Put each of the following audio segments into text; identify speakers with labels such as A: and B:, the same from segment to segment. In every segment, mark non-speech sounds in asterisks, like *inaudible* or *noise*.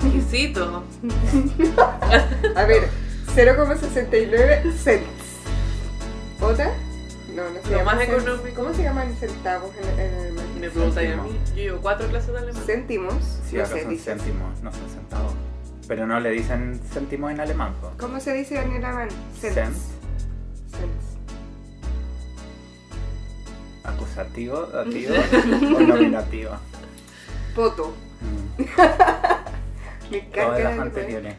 A: Mm. necesito.
B: A ver, 0,69 cents. ¿Otra? No, no se
A: Lo
B: llama
A: más
B: cents.
A: económico.
B: ¿Cómo se llaman centavos en, en alemán?
A: Me preguntáis a mí. Yo llevo cuatro clases de alemán.
B: Céntimos.
C: Sí,
B: no
C: acá
B: sé,
C: son
B: dice.
C: céntimos, no son centavos. Pero no le dicen céntimos en alemán, po.
B: ¿Cómo se dice en alemán?
C: Cent,
B: Cents. Cents.
C: acusativo,
B: *laughs*
C: dativo o nominativo.
B: Poto.
C: Mm,
B: Me
C: Todas
B: carga
C: las
B: el alemán.
C: anteriores.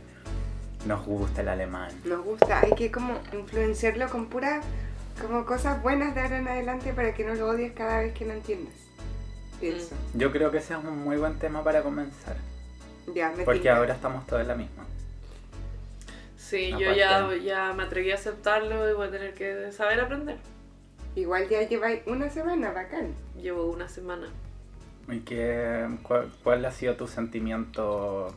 C: Nos gusta el alemán.
B: Nos gusta. Hay que como influenciarlo con puras como cosas buenas de ahora en adelante para que no lo odies cada vez que no entiendas.
A: Mm.
B: Pienso.
C: Yo creo que ese es un muy buen tema para comenzar.
B: Ya, me
C: Porque
B: tinca.
C: ahora estamos todos en la misma.
A: Sí,
C: Una
A: yo ya,
C: parte.
A: ya me atreví a aceptarlo y voy a tener que saber aprender.
B: Igual ya lleváis una semana, bacán.
A: Llevo una semana.
C: ¿Y qué, cuál, cuál ha sido tu sentimiento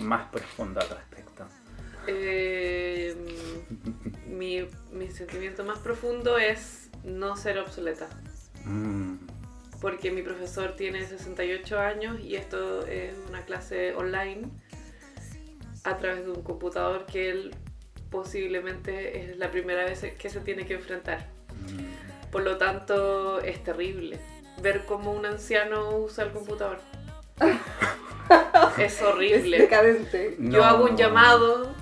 C: más profundo al respecto?
A: Eh, mi, mi sentimiento más profundo es no ser obsoleta.
C: Mm,
A: porque mi profesor tiene 68 años y esto es una clase online a través de un computador que él posiblemente es la primera vez que se tiene que enfrentar.
C: mm.
A: Por lo tanto, es terrible ver cómo un anciano usa el computador. es
B: Es
A: horrible.
B: decadente.
C: No.
A: Yo hago un llamado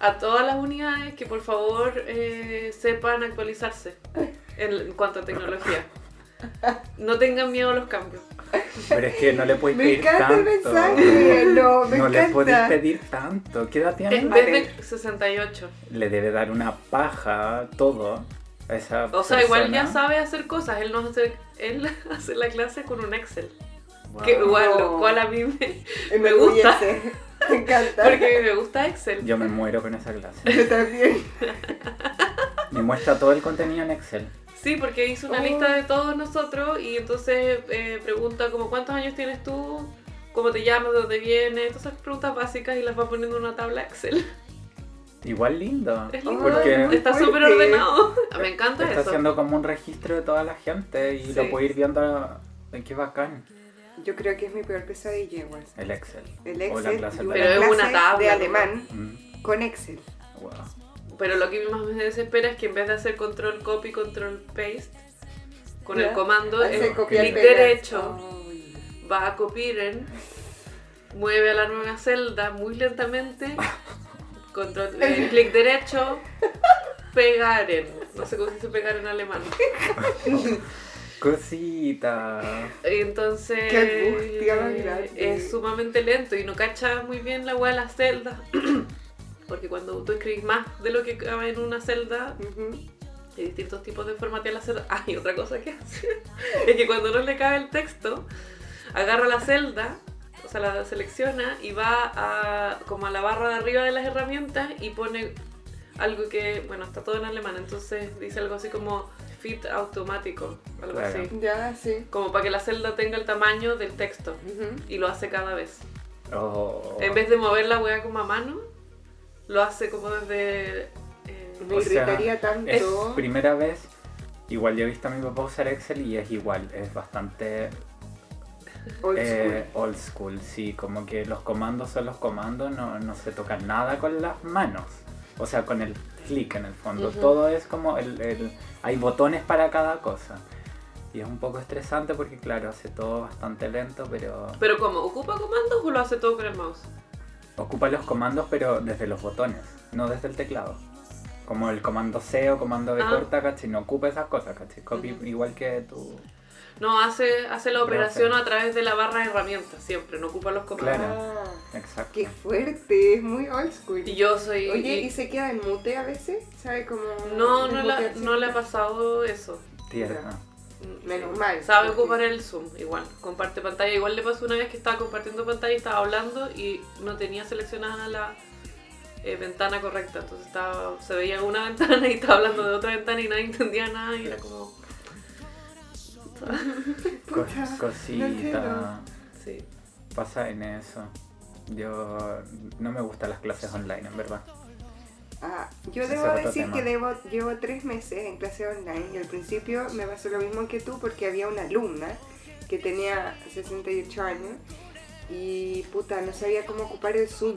A: a todas las unidades que por favor eh, sepan actualizarse en cuanto a tecnología. No tengan miedo a los cambios.
C: Pero es que no le podéis
B: *laughs* Me
C: pedir
B: encanta el
C: tanto.
B: mensaje. No, me
C: no le podéis
B: encanta.
C: pedir tanto. ¿Qué edad tiene?
A: En vez de 68.
C: Le debe dar una paja todo a esa
A: O sea, igual ya
C: persona.
A: sabe hacer cosas. Él, no hace, él *laughs* hace la clase con un Excel.
C: Wow.
A: Que igual, lo
B: No.
A: cual a mí me...
B: Me
A: gusta.
B: gusta. Me encanta.
A: Porque me gusta Excel.
C: Yo me muero con esa clase.
B: Yo también.
C: Me muestra todo el contenido en Excel.
A: Sí, porque hizo una
B: Oh.
A: lista de todos nosotros y entonces eh, pregunta como cuántos años tienes tú, cómo te llamas, de dónde vienes, todas esas preguntas básicas y las va poniendo en una tabla Excel. *laughs*
C: Igual lindo.
A: Es lindo,
C: Porque
B: Ay,
A: está
B: fuerte.
A: súper ordenado. *laughs* Me encanta
C: está
A: eso.
C: haciendo como un registro de toda la gente y
A: Sí.
C: lo puede ir viendo. Ay, Qué bacán.
B: Yo creo que es mi peor pesadilla igual.
C: El Excel.
B: El
C: O
B: Excel.
C: la clase
B: y
C: de
B: una
A: Pero es una
B: clase
A: tabla,
B: de
A: ¿no?
B: alemán
C: Mm,
B: con Excel.
C: wow.
A: Pero lo que más me desespera es que en vez de hacer control copy, control paste, con
B: Ya.
A: el comando
B: Hace
A: es
C: Hacer
B: copiar
A: clic
B: pegar.
C: Oh.
A: derecho,
B: Ay.
A: va a copiar, en, mueve a la nueva celda muy lentamente, control,
B: *laughs*
A: eh, clic derecho, pegar en. No sé cómo se dice pegar en alemán.
C: Cosita.
A: Entonces
B: Qué angustia más grande.
A: es sumamente lento y no cacha muy bien la hueá de las celdas. *clears throat* Porque cuando tú escribís más de lo que cabe en una celda,
B: Ujú.
A: hay distintos tipos de formatear la *laughs* celda. Ah, y otra cosa que hace es que cuando no le cabe el texto, agarra la celda, o sea, la selecciona y va a, como a la barra de arriba de las herramientas y pone algo que, bueno, está todo en alemán, entonces dice algo así como fit automático, algo
C: Claro.
A: así.
B: Ya, sí.
A: Como para que la celda tenga el tamaño del texto.
B: Ujú.
A: Y lo hace cada vez.
C: Oh.
A: En vez de mover la hueá como a mano, lo hace como desde... eh,
B: Me
C: O sea,
B: irritaría
C: Es
B: tanto.
C: primera vez. Igual yo he visto a mi papá usar Excel y es igual, es bastante
B: Old
C: eh, old school, sí, como que los comandos son los comandos, no, no se toca nada con las manos, o sea, con el clic en el fondo,
A: Ujú.
C: todo es como, el, el- hay botones para cada cosa. Y es un poco estresante porque, claro, hace todo bastante lento, pero
A: Pero como, ¿ocupa comandos o lo hace todo con el mouse?
C: ocupa los comandos, pero desde los botones, no desde el teclado. Como el comando C o comando de
A: Ah.
C: corta, ¿cachai? No ocupa esas cosas, ¿cachai? Copy
A: Ujú.
C: igual que tú.
A: No, hace, hace la
C: Pero
A: operación
C: hace-
A: a través de la barra de herramientas siempre, no ocupa los comandos.
C: Claro.
B: Ah,
C: Exacto.
B: qué fuerte. Es muy old school.
A: Y yo soy...
B: Oye,
A: y-
B: ¿y se queda en mute a veces? ¿Sabe cómo.?
A: no, no, la-
B: desmutearse?
A: no le ha pasado eso.
C: Tierna.
B: Menos mal.
A: Sabe
B: porque-
A: ocupar el Zoom, igual. Comparte pantalla. Igual le pasó una vez que estaba compartiendo pantalla y estaba hablando y no tenía seleccionada la eh, ventana correcta. Entonces estaba, se veía una *laughs* ventana y estaba hablando de otra ventana y nadie entendía nada y era como...
C: Cos-
B: Pucha, no
C: cosita.
B: entiendo.
A: Sí.
C: Pasa en eso. Yo no me gustan las clases online, en verdad.
B: Ah, yo
C: Ese
B: debo
C: es otro
B: decir
C: tema.
B: que debo, llevo tres meses en clase online y al principio me pasó lo mismo que tú porque había una alumna que tenía 68 años y puta, no sabía cómo ocupar el Zoom.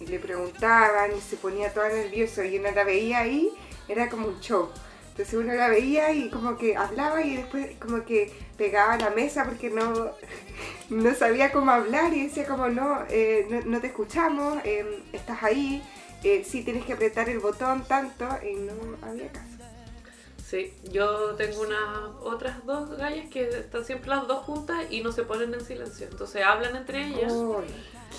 B: Y le preguntaban y se ponía toda nerviosa y uno la veía ahí, era como un show. Entonces uno la veía y como que hablaba y después como que pegaba a la mesa porque no, *laughs* no sabía cómo hablar y decía como no, eh, no, no te escuchamos, eh, estás ahí, eh, sí tienes que apretar el botón tanto y no había caso.
A: Sí, yo tengo unas otras dos gallas que están siempre las dos juntas y no se ponen en silencio. Entonces hablan entre ellas.
B: Oh,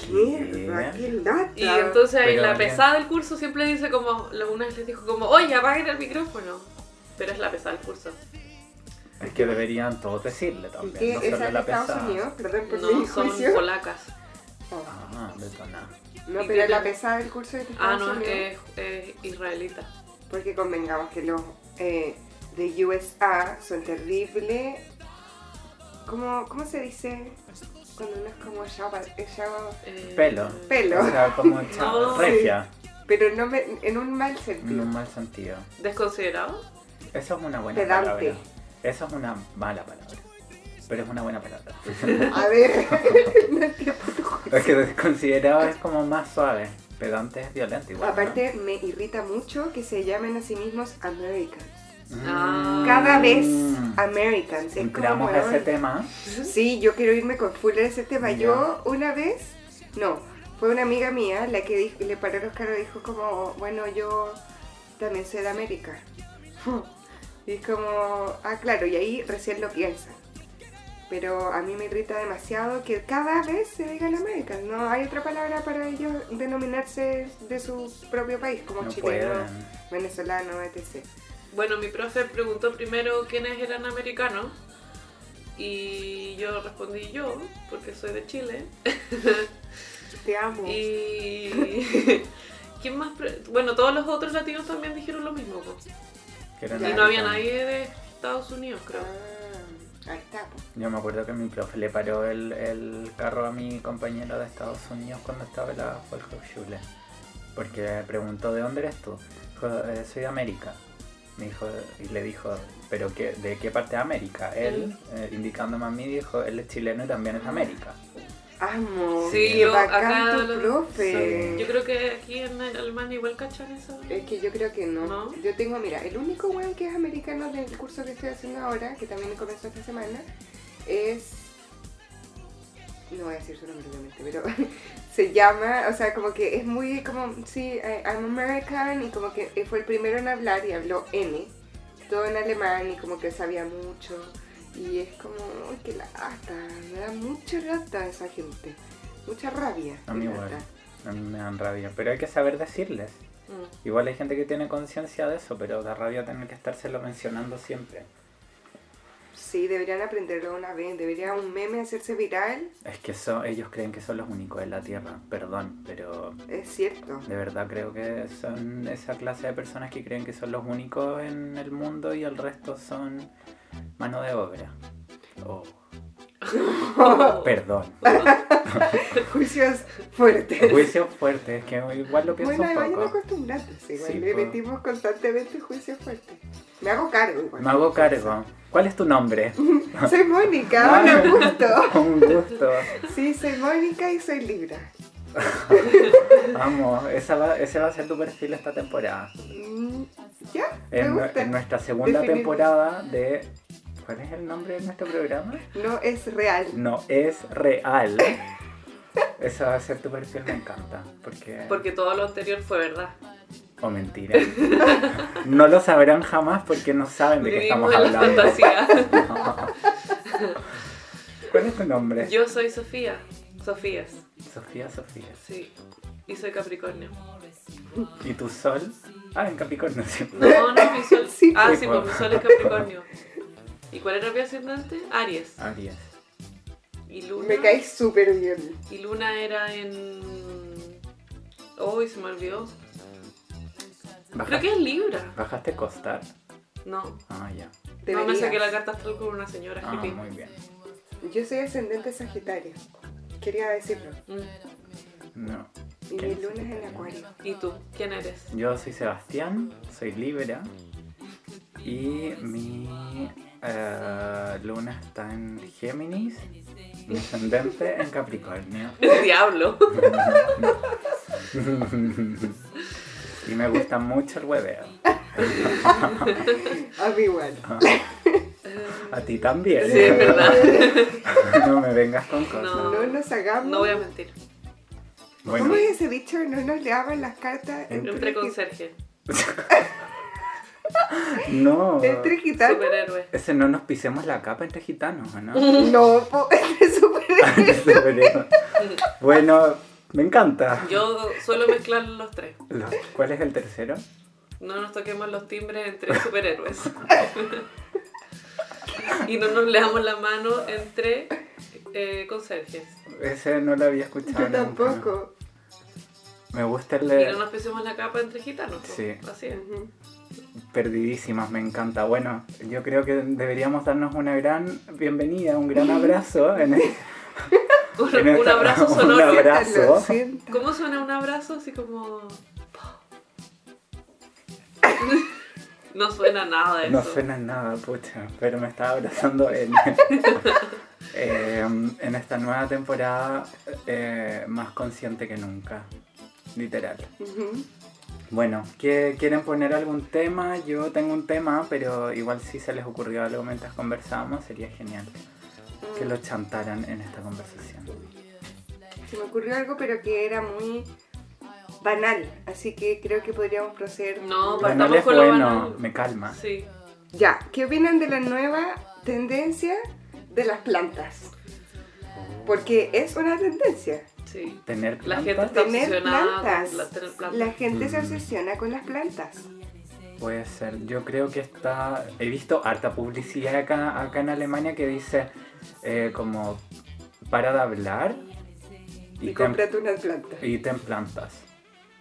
B: mierda, qué lata.
A: y entonces ahí
C: Pero
A: la
C: vale.
A: pesada del curso siempre dice como, la- una vez les dijo como, oye, apaguen el micrófono. Pero es la pesada del curso.
C: Es que deberían todos decirle
B: ¿Y
C: también,
B: qué
C: no
B: es
C: solo
B: de
C: la
B: Estados
C: pesada.
B: Unidos? Perdón por mi
A: No, son
B: juicio.
A: polacas.
B: Oh,
C: Ah, detonada.
B: no,
A: ¿Y
B: pero
A: qué
B: la
A: tiene?
B: pesada del curso de Estados
A: Ah, no,
B: Unidos.
A: es, es israelita.
B: Porque convengamos que los eh, de USA son terribles. ¿Cómo, ¿Cómo se dice? Cuando uno es como chava, es chava-
A: Eh,
C: Pelo.
B: Pelo.
C: O
B: *laughs*
C: sea, como hecha
A: No, sí.
C: regia,
B: Pero no me, en un mal
C: en
B: sentido.
C: un mal sentido.
B: *laughs*
A: ¿Desconsiderado?
C: Eso es una buena
B: Pedante.
C: palabra. Eso es una mala palabra. Pero es una buena palabra. *laughs*
B: A ver, *laughs* no entiendo tu
C: es
B: juicio.
C: que desconsiderado es como más suave. Pedante es violento igual. ¿no?
B: Aparte, me irrita mucho que se llamen a sí mismos Americans.
A: Ah.
B: Cada
C: Mm.
B: vez Americans. Es como,
C: Entramos a ese
B: weón,
C: tema.
B: Sí, yo quiero irme con full de ese tema. Yo una vez, no, fue una amiga mía la que dijo- le paró los carros y dijo como, bueno, yo también soy de América. *laughs* Y es como, ah, claro, y ahí recién lo piensan. Pero a mí me irrita demasiado que cada vez se digan América. No hay otra palabra para ellos denominarse de su propio país, como
C: No
B: chileno,
C: pueden.
B: venezolano, etc.
A: Bueno, mi profe preguntó primero quiénes eran americanos y yo respondí yo, porque soy de Chile.
B: Te amo.
A: Y... *laughs* ¿Quién más? pre- Bueno, todos los otros latinos también dijeron lo mismo. po.
C: que eran
A: Y no había
C: americanos.
A: nadie de Estados Unidos, creo.
B: Ah, ahí está. po.
C: Yo me acuerdo que mi profe le paró el, el carro a mi compañero de Estados Unidos cuando estaba en la Volkshochschule. Porque preguntó, ¿de dónde eres tú? Dijo, "Eh, soy de América. Me dijo, y le dijo, ¿pero qué, de qué parte de América? Él, eh, indicándome a mí, dijo, él es chileno y también es de América.
B: Amo,
A: Sí,
B: qué
A: lo-
B: bacán
A: acá
B: tu
A: lo-
B: profe.
A: Yo creo que aquí en Alemania igual cachan eso.
B: Es que yo creo que no.
A: ¿No?
B: Yo tengo, mira, el único weón que es americano del curso que estoy haciendo ahora, que también comenzó esta semana, es. No voy a decir su nombre obviamente, pero *laughs* se llama, o sea, como que es muy como, sí, I- I'm American, y como que eh, fue el primero en hablar y habló N, todo en alemán, y como que sabía mucho, y es como, uy, qué lata, me da mucha lata esa gente, mucha rabia.
C: A
B: me
C: mí
B: da
C: igual.
B: lata.
C: A mí me dan rabia. Pero hay que saber decirles. *laughs*
A: Mm.
C: Igual hay gente que tiene conciencia de eso, pero da rabia tener que estárselo mencionando siempre.
B: Sí, deberían aprenderlo una vez. Debería un meme hacerse viral.
C: Es que eso, ellos creen que son los únicos en la Tierra. Perdón, pero
B: Es cierto.
C: De verdad creo que son esa clase de personas que creen que son los únicos en el mundo y el resto son mano de obra. Oh,
B: *laughs*
C: perdón.
B: Juicios fuertes.
C: Juicio fuerte, es que igual lo pienso
B: Bueno, ahí
C: un
B: vayan
C: poco.
B: acostumbrándose. Igual
C: Sí, pues.
B: le
C: po.
B: metimos constantemente juicios fuertes. Me hago cargo igual.
C: Me hago cargo. ¿Cuál es tu
B: *laughs*
C: nombre?
B: Soy
C: *laughs*
B: Mónica, hola,
C: Ah.
B: gusto.
C: Un gusto.
B: Sí, soy Mónica y soy Libra.
C: Vamos, esa va- ese va a ser tu perfil esta temporada.
B: Mm, ¿Ya? Me
C: En, nue-
B: gusta.
C: en nuestra segunda
B: Definir-
C: temporada de... ¿Cuál es el nombre de nuestro programa?
B: No es real.
C: No es
B: *laughs*
C: real. Eso va a ser tu perfil, me encanta. Porque...
A: Porque todo lo anterior fue verdad.
C: O mentira. No lo sabrán jamás porque no saben de qué
A: Vivimos
C: estamos
A: en la
C: hablando.
A: fantasía.
C: *laughs* ¿Cuál es tu nombre?
A: Yo soy Sofía. Sofías,
C: Sofía, Sofía.
A: sí. Y soy
B: *laughs*
A: Capricornio.
C: ¿Y tu sol? Ah, en Capricornio siempre.
A: No, no, mi sol.
B: Sí,
A: ah,
C: pues,
A: sí,
C: bueno.
A: pues mi sol es Capricornio. ¿Y cuál era mi ascendente? Aries.
C: Aries.
A: Y Luna.
B: Me caes súper bien.
A: Y Luna era en. Uy, se me olvidó. Creo que
C: ¿Bajaste,
A: es Libra.
C: ¿Bajaste costar?
A: No.
C: Ah, ya.
A: No me
B: Deberías.
A: saqué la carta astral con una señora
C: Ah,
A: hippie.
C: muy bien.
B: Yo soy ascendente Sagitario. Quería decirlo.
A: Mm.
C: No.
B: Y
C: ¿Qué
B: mi
C: es
B: luna es en
C: Sagitario?
B: Acuario. *laughs*
A: ¿Y tú? ¿Quién eres? *laughs*
C: Yo soy Sebastián, soy Libra. Y mi eh, luna está en Géminis. Mi ascendente en Capricornio.
A: El diablo.
C: y me gusta mucho el hueveo.
B: A mí Ah, igual.
C: A ti también.
A: *laughs* Sí, es verdad.
C: *laughs* no me vengas con cosas.
A: No.
B: No nos
C: ah,
B: hagamos.
A: No voy a mentir.
C: Bueno,
B: ¿Cómo es ese dicho? No nos leamos las cartas
C: Entre ¿Eh?
A: Entre conserje,
C: no.
B: Entre gitanos.
A: superhéroe.
C: Ese no nos pisemos la capa entre gitanos, ¿o ¿no?
A: *laughs*
C: *laughs*
B: No, po, *laughs* entre super.
C: bueno, me encanta.
A: Yo suelo mezclar los tres.
C: Los- ¿Cuál es el tercero?
A: No nos toquemos los timbres entre superhéroes. *laughs* y no nos leamos la mano entre eh, conserjes.
C: Ese no lo había escuchado.
B: Yo
C: nunca.
B: tampoco.
C: Me gusta el
A: Y
C: de
A: no nos pisemos la capa entre gitanos. po.
C: Sí.
A: Así es.
B: Ujú.
C: Perdidísimas, me encanta. Bueno, yo creo que deberíamos darnos una gran bienvenida, un gran abrazo. En este el-
A: Un,
C: En
A: un
C: esta-
A: abrazo
C: un
A: sonoro.
C: abra-
B: Siéntalo,
C: Abrazo.
B: siéntalo.
A: ¿Cómo suena un abrazo? Así como. No suena nada eso.
C: No suena nada, pucha, pero me estaba abrazando
A: *laughs*
C: en, Eh, en esta nueva temporada eh, más consciente que nunca. Literal.
B: Ujú.
C: Bueno, ¿qué- ¿quieren poner algún tema? Yo tengo un tema, pero igual si se les ocurrió algo mientras conversábamos, sería genial que
A: Mm.
C: lo chantaran en esta conversación.
B: Se me ocurrió algo, pero que era muy banal. Así que creo que podríamos proceder.
A: No,
C: Bueno,
A: Partamos
C: es
A: con lo
C: bueno,
A: banal.
C: me calma.
A: Sí.
B: Ya, ¿qué opinan de la nueva tendencia de las plantas? Porque es una tendencia.
A: Sí.
C: Tener
A: La gente
C: plantas
A: está
B: Tener
A: obsesionada
B: plantas.
A: con la- tener plantas.
B: La gente se
C: Mm.
B: obsesiona con las plantas.
C: puede ser. Yo creo que está. He visto harta publicidad acá, acá en Alemania que dice eh, como para de hablar
B: Y,
C: y, ten,
B: cómprate unas plantas.
C: y ten plantas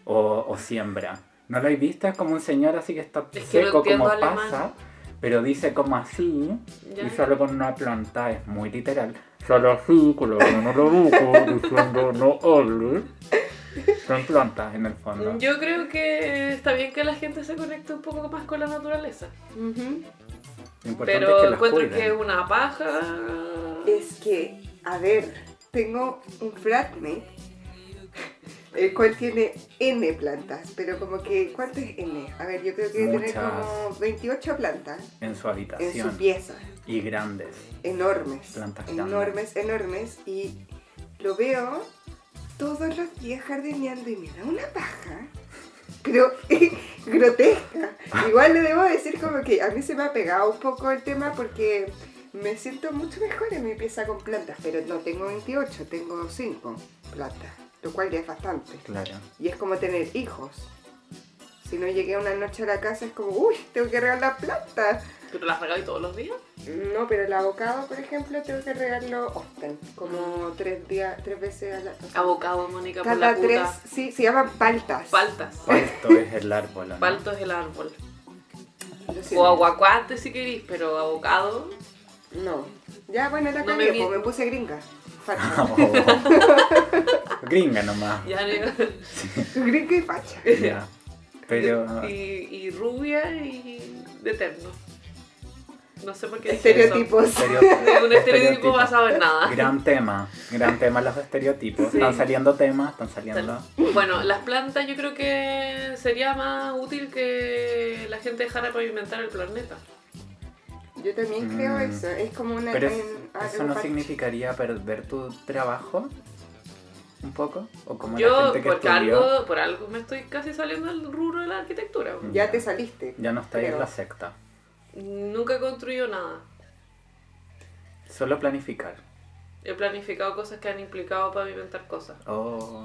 C: o, o siembra. ¿No lo he visto? Es como un señor así que está
A: Es que no
C: seco
A: entiendo
C: como
A: alemán.
C: pasa, pero dice como así.
A: Ya.
C: Y solo con una planta, es muy literal. Solo así, con la mano en la boca, diciendo no hable. Son plantas en el fondo.
A: Yo creo que está bien que la gente se conecte un poco más con la naturaleza.
B: Ujú.
C: Lo importante
A: Pero
C: es que las
A: encuentro
C: cuiden.
A: que es una paja.
B: Es que, a ver, tengo un flatmate, el cual tiene N plantas, pero como que, ¿cuánto es N? A ver, yo creo que debe tener
C: Muchas.
B: como 28 plantas
C: En su
B: en
C: habitación.
B: su pieza.
C: Y grandes.
B: enormes,
C: Plantas grandes.
B: enormes, enormes y lo veo todos los días jardineando y me da una paja, pero *laughs* grotesca. Igual le debo decir como que a mí se me ha pegado un poco el tema porque me siento mucho mejor en mi pieza con plantas, pero no tengo 28, tengo 5 plantas, lo cual ya es bastante.
C: Claro.
B: Y es como tener hijos. Si no llegué una noche a la casa es como, uy, tengo que regalar plantas.
A: Pero las regaláis todos los días.
B: No, pero el abocado, por ejemplo, tengo que regarlo often, como tres días, tres veces a la o sea,
A: Abocado, Mónica, por la
B: Cada
A: puta.
B: tres, sí, se llaman paltas.
A: Paltas.
C: Palto es el árbol. ¿o ¿no?
A: Palto es el árbol.
B: Lo siento.
A: O aguacate si queréis, pero abocado.
B: No. Ya, bueno, la
A: No me
B: cambié,
A: vi-
B: pues, me puse gringa.
C: *laughs*
B: Facha.
C: *laughs* Oh. Gringa nomás.
A: Ya no-
B: *laughs* gringa y facha.
C: Ya.
A: *laughs*
C: Pero.
A: y, y rubia y de terno. No sé por qué dije
B: Estereotipos.
A: *laughs* eso.
C: Estereotipo.
A: Un estereotipo basado en nada.
C: Gran tema, gran tema los estereotipos.
A: Sí.
C: Están saliendo temas, están saliendo.
A: Bueno, las plantas yo creo que sería más útil que la gente dejara de pavimentar el planeta.
B: Yo también creo
C: Mm.
B: eso. Es como una.
C: Pero es-
B: en- ah,
C: eso
B: como
C: no
B: parche.
C: significaría perder tu trabajo un poco o como la
A: Yo
C: gente que
A: porque
C: estudió
A: algo, por algo me estoy casi saliendo del rubro de la arquitectura.
B: Ya te saliste.
C: ya no está ahí en
B: creo.
C: la secta. Mm.
A: Nunca construyo nada.
C: Solo planificar.
A: He planificado cosas que han implicado pavimentar cosas.
C: Oh,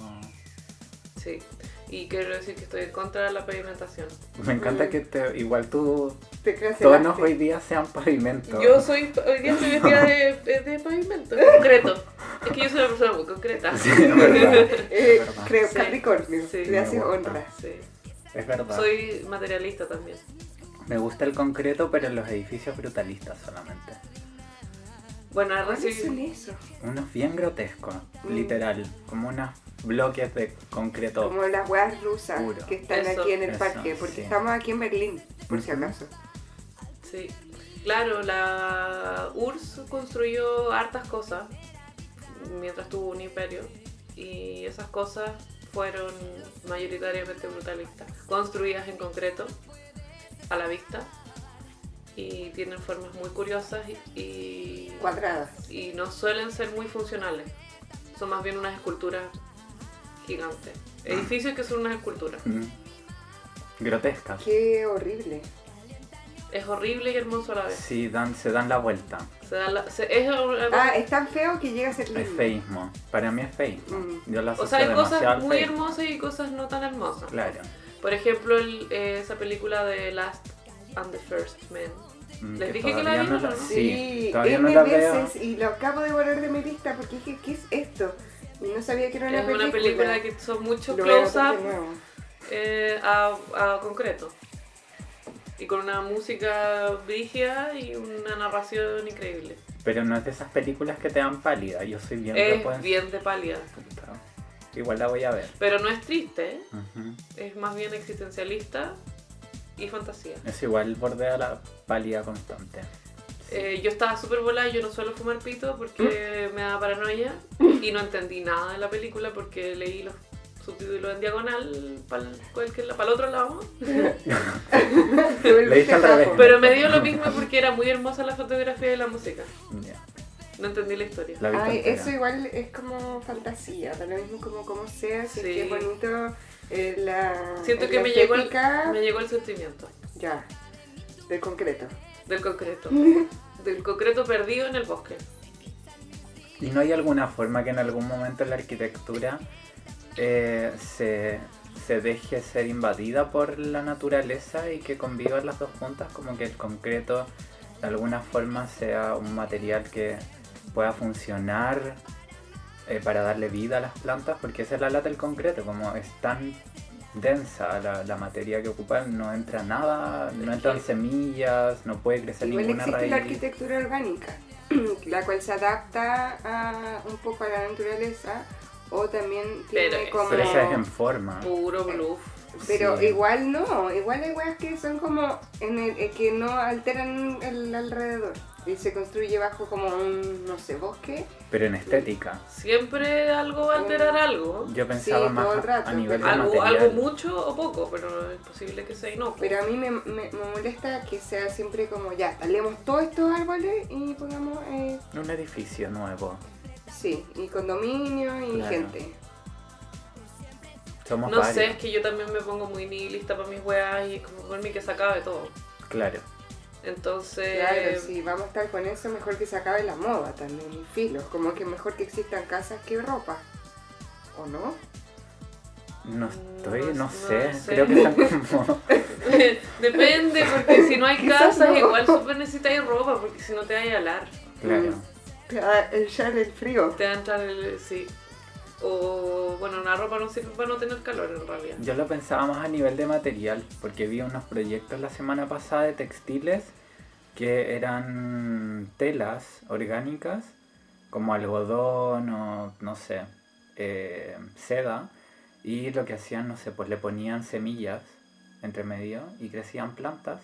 A: Sí. Y quiero decir que estoy en contra de la pavimentación.
C: me encanta
B: Mm.
C: que te, igual tus
B: Te cancelaste.
C: tonos hoy día sean pavimento.
A: Yo soy, hoy día estoy vestida de, de- de pavimento, concreto. Es que yo soy una persona muy concreta.
C: Sí, es verdad.
B: Eh,
C: Es verdad.
B: creo
A: Sí.
B: Capricornio.
A: Sí.
B: Le haces
C: Me gusta.
B: honra.
A: *laughs* Sí.
C: Es verdad.
A: Soy materialista también.
C: Me gusta el concreto, pero en los edificios brutalistas solamente.
A: Bueno, he
B: ¿Cuáles son
A: recibido...
B: eso?
C: Unos bien grotescos,
B: Mm.
C: literal. Como unos bloques de concreto.
B: Como las weas rusas
C: Puro.
B: que están
A: Eso.
B: aquí en el
C: Eso,
B: parque, porque
C: sí.
B: estamos aquí en Berlín, por si
C: Ujú.
B: acaso.
A: Sí. Claro, la URSS construyó hartas cosas mientras tuvo un imperio. Y esas cosas fueron mayoritariamente brutalistas, construidas en concreto, a la vista, y tienen formas muy curiosas y- y,
B: Cuadradas.
A: y no suelen ser muy funcionales. Son más bien unas esculturas gigantes.
C: Ah.
A: Edificios que son unas esculturas.
C: Mm. Grotesca.
B: Qué horrible.
A: Es horrible y hermoso a la vez.
C: Sí, dan, se dan la vuelta.
A: Se da la- se- es algo-
B: Ah, es tan feo que llega a ser
C: Es
B: lindo.
C: feísmo. Para mí es feísmo.
B: Mm.
C: Yo lo
A: Mm.
C: asocio
A: o sea, hay
C: demasiado
A: cosas
C: al
A: muy
C: feísmo.
A: hermosas y cosas no tan hermosas.
C: Claro.
A: Por ejemplo, el- eh, esa película de Last and the First Men.
C: Mm,
A: ¿Les dije que la
C: todavía
A: vimos
C: no
A: o
C: la-
A: no?
C: Sí,
B: Sí,
C: todavía no
B: N
C: la veo.
B: veces y lo acabo de borrar de mi lista porque dije, ¿qué es esto? Y no sabía que era una
A: es
B: película.
A: una película que son mucho
B: Lo voy a ver de
A: close-up *laughs*
B: nuevo.
A: eh, a, a concreto. Y con una música brígida y una narración increíble.
C: Pero no es de esas películas que te dan pálida. Yo soy bien pues.
A: Es
C: repens-
A: bien de pálida.
C: Puta. Igual la voy a ver.
A: Pero no es triste, ¿eh?
C: Ujú.
A: es más bien existencialista y fantasía.
C: Es igual bordea la pálida constante. Sí.
A: Eh, yo estaba súper volada, yo no suelo fumar pito porque me da paranoia y no entendí nada de la película porque leí los subtítulos en diagonal para el otro lado.
B: Te volviste
C: Leíste al
B: capo.
C: revés.
A: Pero me dio lo mismo porque era muy hermosa la fotografía y la música.
C: Ya,
A: No entendí la historia.
C: la vi
B: Ay,
C: entera.
B: eso igual es como fantasía, da lo mismo como, como sea,
A: Sí.
B: si es que es bonito eh, la.
A: Siento que
B: la
A: me llegó, el,
B: estética,
A: me llegó el sentimiento
B: Ya,
A: *laughs*
B: del concreto.
A: del concreto. Del concreto perdido en el bosque.
C: ¿Y no hay alguna forma que en algún momento la arquitectura eh, se, se deje ser invadida por la naturaleza y que convivan las dos juntas? Como que el concreto de alguna forma sea un material que pueda funcionar eh, para darle vida a las plantas, porque esa es la lata del concreto, como es tan densa la, la materia que ocupa, no entra nada, no entran semillas, no puede crecer
B: Igual
C: ninguna
B: existe
C: raíz.
B: la arquitectura orgánica, *clears throat* la cual se adapta a, un poco a la naturaleza o también tiene
A: Pero es-
B: como.
C: Pero esa es en forma.
A: Puro bluff.
B: Pero
C: sí.
B: igual no, igual hay weas que son como en el, eh, que no alteran el alrededor y se construye bajo como un, no sé, bosque.
C: Pero en estética.
A: Siempre algo va a alterar algo.
C: Yo pensaba
B: Sí, todo
C: más
B: el rato,
C: a nivel de
B: pero-
A: Algo,
C: material.
A: algo mucho o poco, pero es posible que sea inocuo.
B: Pero a mí me, me- me molesta que sea siempre como ya, talemos todos estos árboles y pongamos, eh,
C: Un edificio nuevo.
B: sí, y condominio y
C: Claro.
B: gente.
C: Somos
A: No
C: varios.
A: sé, es que yo también me pongo muy nihilista para mis weas y es como por mí que se acabe todo.
C: Claro.
A: Entonces, *laughs*
B: Claro, sí, vamos a estar con eso, mejor que se acabe la moda también, y filos, como que mejor que existan casas que ropa, ¿o no?
C: No estoy,
A: No-
C: no,
A: no
C: sé.
A: sé.
C: Creo que están
A: *laughs*
C: como.
A: depende, porque si no hay
B: *laughs* Quizás
A: casas,
B: no.
A: igual súper necesitáis ropa, porque si no te va a alar,
C: Claro.
B: Te va a echar el frío.
A: te va a entrar el. sí. O bueno, una ropa no sirve para no tener calor en realidad.
C: Yo lo pensaba más a nivel de material, porque vi unos proyectos la semana pasada de textiles que eran telas orgánicas, como algodón o no sé, eh, seda, y lo que hacían, no sé, pues le ponían semillas entre medio y crecían plantas,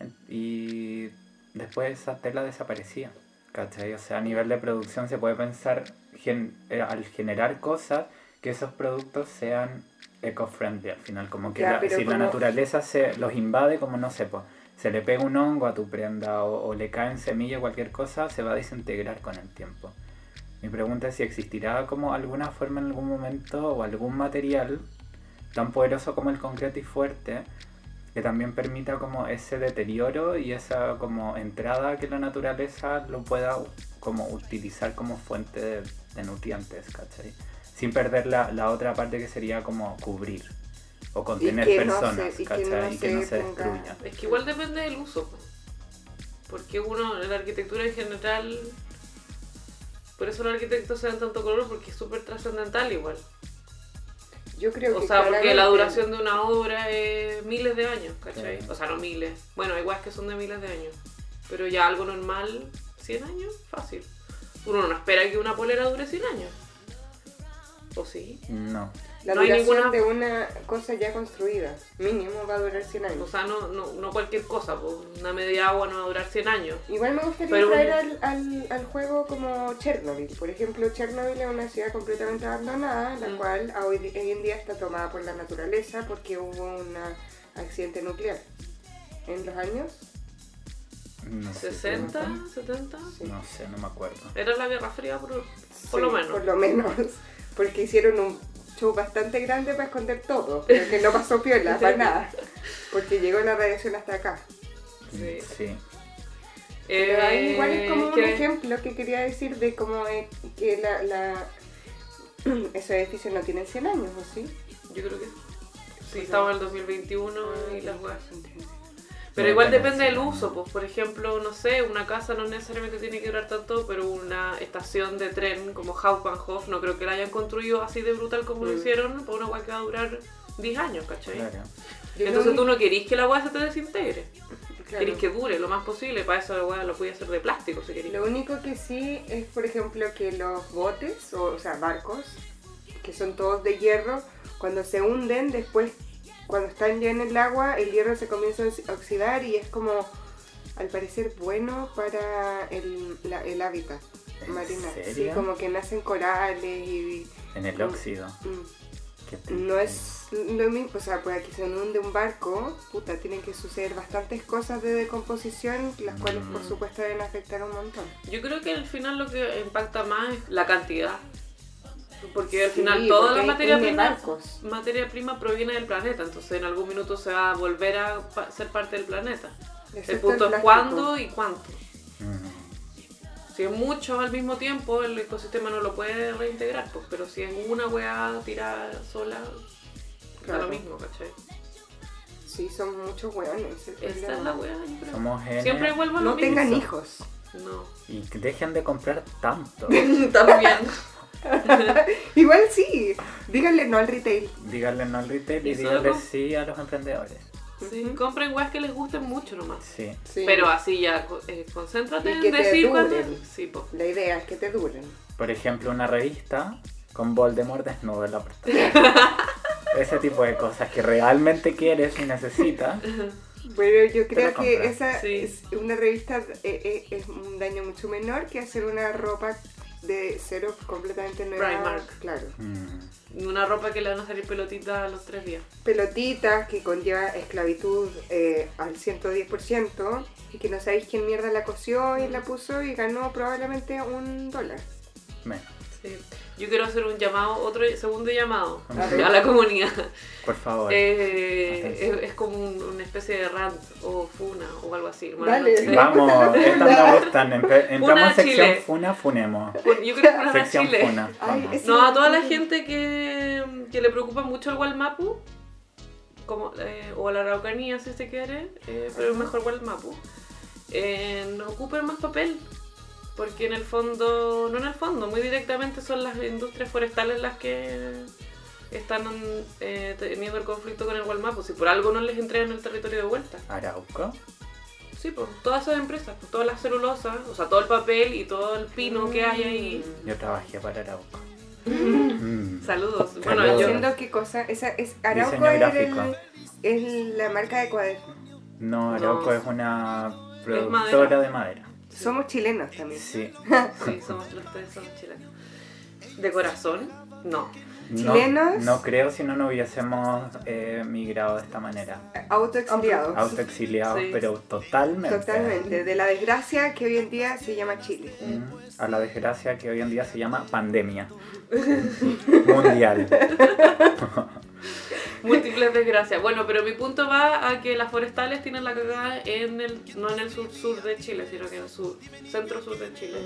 C: en- y después esa tela desaparecía. ¿Cachai? O sea, a nivel de producción se puede pensar gen- eh, al generar cosas que esos productos sean eco-friendly al final, como que
B: Ya,
C: la-
B: pero
C: si la
B: como-
C: naturaleza se los invade, como no sé, pues, se le pega un hongo a tu prenda o, o le caen semillas, cualquier cosa, se va a desintegrar con el tiempo. Mi pregunta es si existirá como alguna forma en algún momento o algún material tan poderoso como el concreto y fuerte que también permita como ese deterioro y esa como entrada que la naturaleza lo pueda como utilizar como fuente de, de nutrientes, ¿cachai? Sin perder la, la otra parte que sería como cubrir o contener
B: que no
C: personas,
B: se- y que
C: ¿cachai?
B: no
C: y que no
B: se
C: se
B: ponga-
C: destruya.
A: Es que igual depende del uso. po. Porque uno, la arquitectura en general. Por eso los arquitectos se dan tanto color, porque es súper trascendental igual.
B: Yo creo
A: O
B: que
A: sea, porque la
B: claramente-
A: duración de una obra es miles de años, ¿cachai?
C: Claro.
A: O sea, no miles. Bueno, igual es que son de miles de años. Pero ya algo normal, 100 años, fácil. Uno no espera que una polera dure 100 años. ¿O sí?
C: No,
B: La
A: No hay ninguna-
B: duración de una cosa ya construida, mínimo va a durar 100
A: O
B: años.
A: sea, no, no, no cualquier cosa, pues, una media agua no va a durar 100 años.
B: Igual me gustaría
A: Pero-
B: traer al, al, al juego como Chernobyl. Por ejemplo, Chernobyl es una ciudad completamente abandonada, la
A: Mm.
B: cual a hoy, hoy en día está tomada por la naturaleza porque hubo un accidente nuclear. ¿En los años?
C: No sé,
A: ¿60?
C: pregunta.
A: ¿70?
B: Sí.
C: No sé, no me acuerdo.
A: Era la Guerra Fría, por... Por
B: Sí,
A: lo menos.
B: Por lo menos. *laughs* Porque hicieron un show bastante grande para esconder todo. Pero que no pasó piola,
A: *laughs*
B: para nada. Porque llegó la radiación hasta acá.
A: Sí.
C: sí.
B: Pero ahí
A: Eh,
B: igual es como un
A: que-
B: ejemplo que quería decir de cómo es que la, la- *clears throat* esos edificios no tienen 100 años, ¿o sí?
A: Yo creo que sí,
B: Pues
A: estamos
B: no.
A: en el 2021 y las weas. Pero
C: No,
A: igual
C: tenés,
A: depende del
C: sí.
A: uso, pues por ejemplo, no sé, una casa no necesariamente tiene que durar tanto, pero una estación de tren como Hauptbahnhof no creo que la hayan construido así de brutal como lo
B: Mm.
A: hicieron, por una wea que va a durar 10 años, ¿cachai?
C: Claro.
B: Yo
A: Entonces
B: creo
A: tú no querís que la wea se te desintegre,
B: que-
A: querís
B: claro.
A: que dure lo más posible, para eso la wea lo podía hacer de plástico si querís.
B: Lo único que sí es, por ejemplo, que los botes, o, o sea, barcos, que son todos de hierro, cuando se hunden, después, cuando están ya en el agua, el hierro se comienza a oxi- oxidar y es como, al parecer, bueno para el, la- el hábitat
C: ¿En
B: marino. Sí,
C: serio?
B: como que nacen corales y...
C: En el óxido.
B: mm,
C: Qué triste.
B: no es lo mismo, o sea, pues aquí se hunde un barco, puta, tienen que suceder bastantes cosas de decomposición, las cuales por
A: Mm.
B: supuesto deben afectar un montón.
A: Yo creo que al final lo que impacta más es la cantidad. Porque al
B: Sí,
A: final toda
B: porque
A: la
B: hay
A: materia
B: N
A: prima,
B: barcos.
A: materia prima proviene del planeta, entonces en algún minuto se va a volver a pa- ser parte del planeta.
B: Excepto
A: El punto es
B: Este plástico.
A: cuándo y cuánto.
C: Mm,
A: Si es mucho al mismo tiempo, el ecosistema no lo puede reintegrar, pues, pero si es una weá tirada sola, está
B: Claro.
A: lo mismo, ¿cachai?
B: Sí, son muchos hueones. el
A: Esa es
B: problema.
A: la weá, yo creo.
C: Somos N
A: Siempre vuelvo a lo
B: Pues No
A: mismo.
B: tengan hijos. *laughs*
A: No.
C: y que dejen de comprar tanto.
A: También.
B: Igual sí. Díganle no al retail.
C: díganle no al retail y,
A: Y solo
C: díganle
A: con-
C: sí a los emprendedores.
A: Sí,
B: Ujú.
A: compren weas que les gusten mucho nomás.
C: Sí.
B: Sí.
A: Pero así ya, co- eh, concéntrate
B: Y
A: en
B: que te
A: decir cuándo.
B: duren.
A: Sí, po. *laughs*
B: La idea es que te duren.
C: Por ejemplo, una revista con Voldemort *laughs* desnudo en la portada. Ese tipo de cosas que realmente quieres y necesitas.
B: Pero yo
C: Pero
B: creo que
C: compra.
B: esa
A: Sí.
B: es una revista eh, eh, es un daño mucho menor que hacer una ropa de cero completamente nueva.
A: Primark.
B: Claro.
C: Mm,
A: Una ropa que le van a salir pelotitas a los tres días.
B: Pelotitas que conlleva esclavitud eh, al 110% y que no sabéis quién mierda la cosió y la puso y ganó probablemente un dólar.
C: menos.
A: Sí. Yo quiero hacer un llamado, otro segundo llamado
C: A
B: ver.
A: a la comunidad.
C: Por favor.
A: Eh,
C: Atención.
A: es, es como un- una especie de rant o funa o algo así. hermano,
B: Dale.
A: no sé. *laughs*
C: Vamos, estas me gustan. Empe-
A: Funa
C: entramos en sección
A: Chile.
C: Funa, funemos.
A: Yo creo que una rant
C: Sección
A: Chile.
C: Funa.
B: Ay,
C: vamos.
B: es-
A: No, a toda la gente que, que le preocupa mucho el Walmapu, como, eh, o a la Araucanía si se quiere, eh, pero es mejor Walmapu, eh, no ocupen más papel. Porque en el fondo, no en el fondo, muy directamente son las industrias forestales las que están eh, teniendo el conflicto con el Walmapu. Si por algo no les entregan el territorio de vuelta.
C: Arauco.
A: Sí, pues todas esas empresas, pues, todas las celulosas, o sea, todo el papel y todo el pino que hay ahí.
B: Mm.
C: Yo trabajé para Arauco. Mm.
A: Saludos.
C: Bueno,
A: Bueno, yo,
B: Siendo qué cosa, esa es Arauco
C: Diseño
B: era
C: gráfico.
B: el- es la marca de cuadernos.
C: No, Arauco
A: No.
C: es una
A: madera.
C: productora de madera.
B: Somos chilenos también.
C: Sí.
A: Sí, somos los tres, somos chilenos. ¿De corazón? *laughs* No.
C: No,
B: Chilenos.
C: no creo si no no hubiésemos eh, migrado de esta manera.
B: Autoexiliados.
C: Autoexiliados,
A: Sí.
C: pero totalmente.
B: Totalmente. De la desgracia que hoy en día se llama Chile.
C: Mm, A la desgracia que hoy en día se llama pandemia mundial.
A: Múltiples desgracias. Bueno, pero mi punto va a que las forestales tienen la cagada en el, no en el sur sur de Chile, sino que en el sur, centro sur de Chile.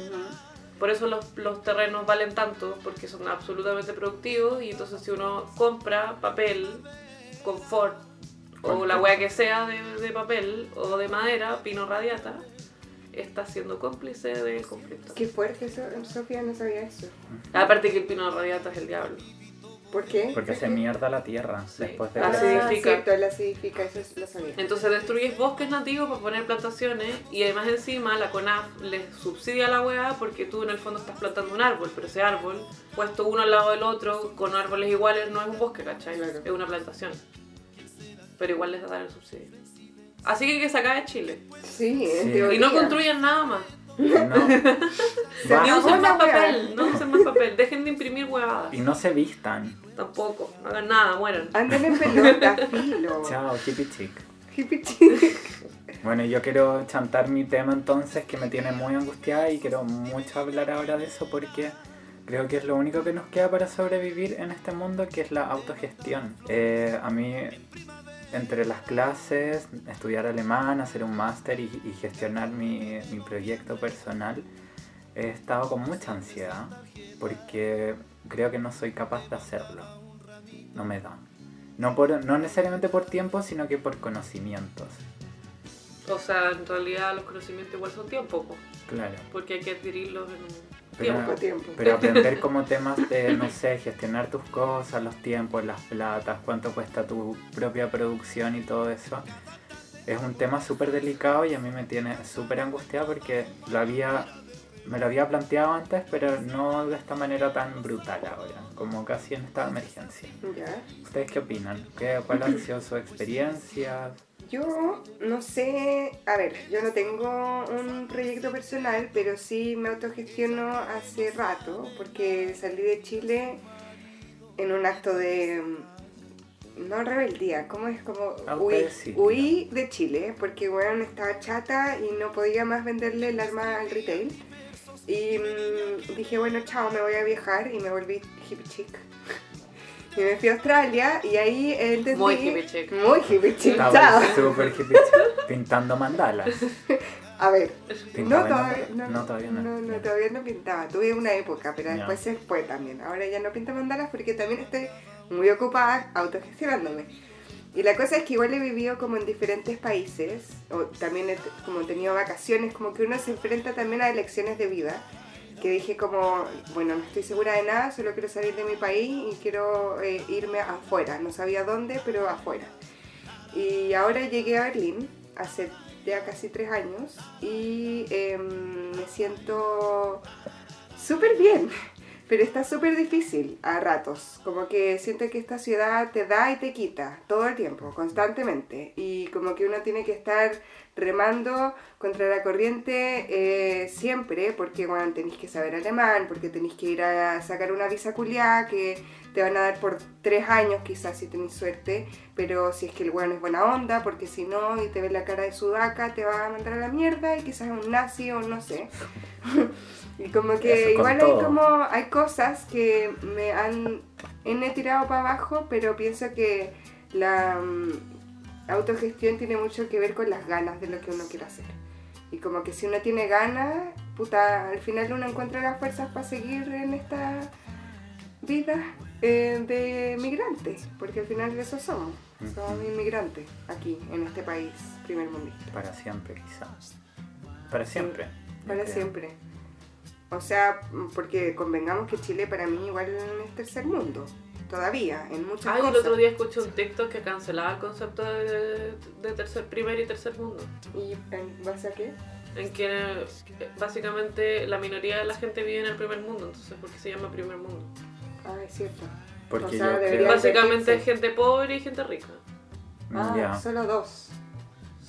A: Por eso los, los terrenos valen tanto, porque son absolutamente productivos y entonces si uno compra papel, confort o
C: Confort.
A: la hueá que sea de, de papel o de madera, pino radiata, está siendo cómplice del conflicto.
B: Qué fuerte eso, Sofía, no sabía eso.
A: Aparte que el pino radiata es el diablo.
B: ¿Por qué?
C: Porque se mierda la tierra
A: Sí.
C: después de
B: La
A: La
C: Brasil.
A: acidifica.
B: cierto, la acidifica, eso es, lo sabía.
A: Entonces destruyes bosques nativos para poner plantaciones y además encima la CONAF les subsidia la weá porque tú en el fondo estás plantando un árbol, pero ese árbol puesto uno al lado del otro con árboles iguales no es un bosque, ¿cachai?
B: Claro.
A: Es una plantación. Pero igual les dan el subsidio. Así que que se acabe Chile.
B: Sí, en
A: Y
C: Sí.
A: no
B: teoría.
A: construyan nada más.
C: No.
B: *laughs* Se
A: Ni
C: Va-
B: acabó
A: usen
B: la
A: más
B: Ah, weá.
A: papel, no usen más papel. Dejen de imprimir huevadas.
C: Y no se vistan.
A: Tampoco, no hagan nada, mueran.
B: Anden en pelota,
C: *laughs*
B: filo.
C: Chao, chipi chic.
B: Hippie chic.
C: Bueno, yo quiero chantar mi tema entonces que me tiene muy angustiada y quiero mucho hablar ahora de eso porque creo que es lo único que nos queda para sobrevivir en este mundo que es la autogestión. Eh, a mí, entre las clases, estudiar alemán, hacer un máster y, y gestionar mi, mi proyecto personal, he estado con mucha ansiedad porque creo que no soy capaz de hacerlo. No me da. No, por, no necesariamente por tiempo, sino que por conocimientos.
A: O sea, en realidad los conocimientos igual son tiempo, po,
C: Claro.
A: porque hay que adquirirlos en un
C: Pero,
A: tiempo.
B: Poco tiempo. *laughs*
C: pero aprender como temas de, no sé, gestionar tus cosas, los tiempos, las platas, cuánto cuesta tu propia producción y todo eso, es un tema súper delicado y a mí me tiene súper angustiada porque lo había, me lo había planteado antes, pero no de esta manera tan brutal ahora, como casi en esta emergencia.
B: Ya.
C: ¿Ustedes qué opinan? ¿Qué, ¿Cuál ha sido su experiencia?
B: Yo no sé, a ver, yo no tengo un proyecto personal, pero sí me autogestiono hace rato, porque salí de Chile en un acto de, mm, no rebeldía, ¿cómo es? Como huí,
C: Autoexilia.
B: huí de Chile, porque bueno, estaba chata y no podía más venderle el arma al retail. Y mm, dije, bueno, chao, me voy a viajar y me volví hippie chic. *laughs* Y me fui a Australia y ahí entendí...
A: Muy hippie chic.
B: Muy hippie chic, chao.
C: Estaba súper hippie chic, pintando mandalas.
B: A ver, no
C: Pintaba
B: todavía no,
C: mandalas. No, todavía no.
B: no, todavía no pintaba. Tuve una época, pero
C: Ya.
B: después se fue también. Ahora ya no pinto mandalas porque también estoy muy ocupada autogestionándome. Y la cosa es que igual he vivido como en diferentes países, o también he t- como tenido vacaciones, como que uno se enfrenta también a elecciones de vida, que dije como, bueno, no estoy segura de nada, solo quiero salir de mi país y quiero eh, irme afuera, no sabía dónde, pero afuera. Y ahora llegué a Berlín hace ya casi tres años y em, me siento súper bien, *laughs* pero está súper difícil a ratos. Como que siento que esta ciudad te da y te quita todo el tiempo, constantemente. Y como que uno tiene que estar remando contra la corriente eh, siempre, porque bueno, tenéis que saber alemán, porque tenéis que ir a sacar una visa culiá que te van a dar por tres años quizás si tenéis suerte, pero si es que el weón es buena onda, porque si no y te ve la cara de sudaca, te va a mandar a la mierda y quizás es un nazi o no sé. *laughs* y como que
C: Eso con
B: igual
C: todo.
B: hay como hay cosas que me han me he tirado para abajo, pero pienso que la mm, autogestión tiene mucho que ver con las ganas de lo que uno quiere hacer. Y como que si uno tiene ganas, puta, al final uno encuentra las fuerzas para seguir en esta vida eh, de migrante, porque al final de eso somos. Somos inmigrantes aquí, en este país, primer mundista.
C: Para siempre, quizás. Para siempre. yo
B: Para
C: creo.
B: siempre. O sea, mm, porque convengamos que Chile para mí igual es tercer mundo, todavía, en muchas
A: Ay, el
B: cosas.
A: otro día escuché un TikTok que cancelaba el concepto de, de tercer, primer y tercer mundo.
B: ¿Y en base a qué?
A: En que eh, básicamente la minoría de la gente vive en el primer mundo, entonces ¿por qué se llama primer mundo?
B: Ah, es cierto.
C: Porque
B: O sea,
C: yo
B: debería-
C: creo-
B: Primer
A: Básicamente es
B: tercer.
A: gente pobre y gente rica.
B: Ah,
C: Mm, Ya.
B: solo dos.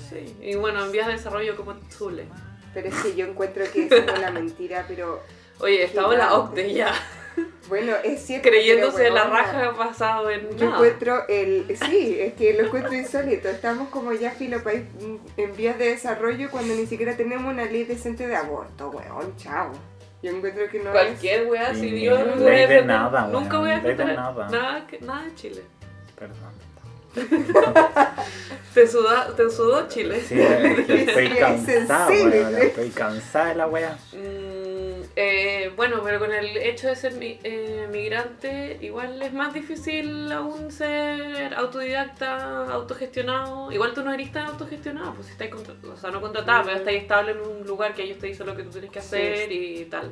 A: Sí. Y bueno, en vías de desarrollo como Chile.
B: Pero es que yo encuentro que es como la mentira, pero
A: Oye, estaba la
B: Gigante.
A: OCDE ya,
B: bueno, es cierto.
A: creyéndose
B: pero,
A: la
B: huevona,
A: raja basado en
B: Yo
A: nada.
B: encuentro el. Sí, es que lo encuentro insólito. Estamos como ya filo país en vías de desarrollo cuando ni siquiera tenemos una ley decente de aborto, weón, chavo. Yo encuentro que no
A: Cualquier wea,
C: Sí,
A: si Dios
C: ley
A: voy a
C: de
A: defender-
C: nada, weón,
A: nunca voy a
C: ley de
A: defender
C: nada.
A: nada, que- nada de Chile.
C: Perdón.
A: Te, suda- te sudó Chile. *laughs*
B: *laughs*
C: Sí, estoy
B: es
C: cansada,
B: sensible.
C: weón, Estoy cansada de la wea.
A: Mm, eh, bueno, pero con el hecho de ser mi- eh, migrante, igual es más difícil aún ser autodidacta, autogestionado. Igual tú no eres tan autogestionado, pues si estás contra- o sea, no contratada, pero estás estable en un lugar que ellos te dicen lo que tú tienes que
B: Sí.
A: hacer y tal.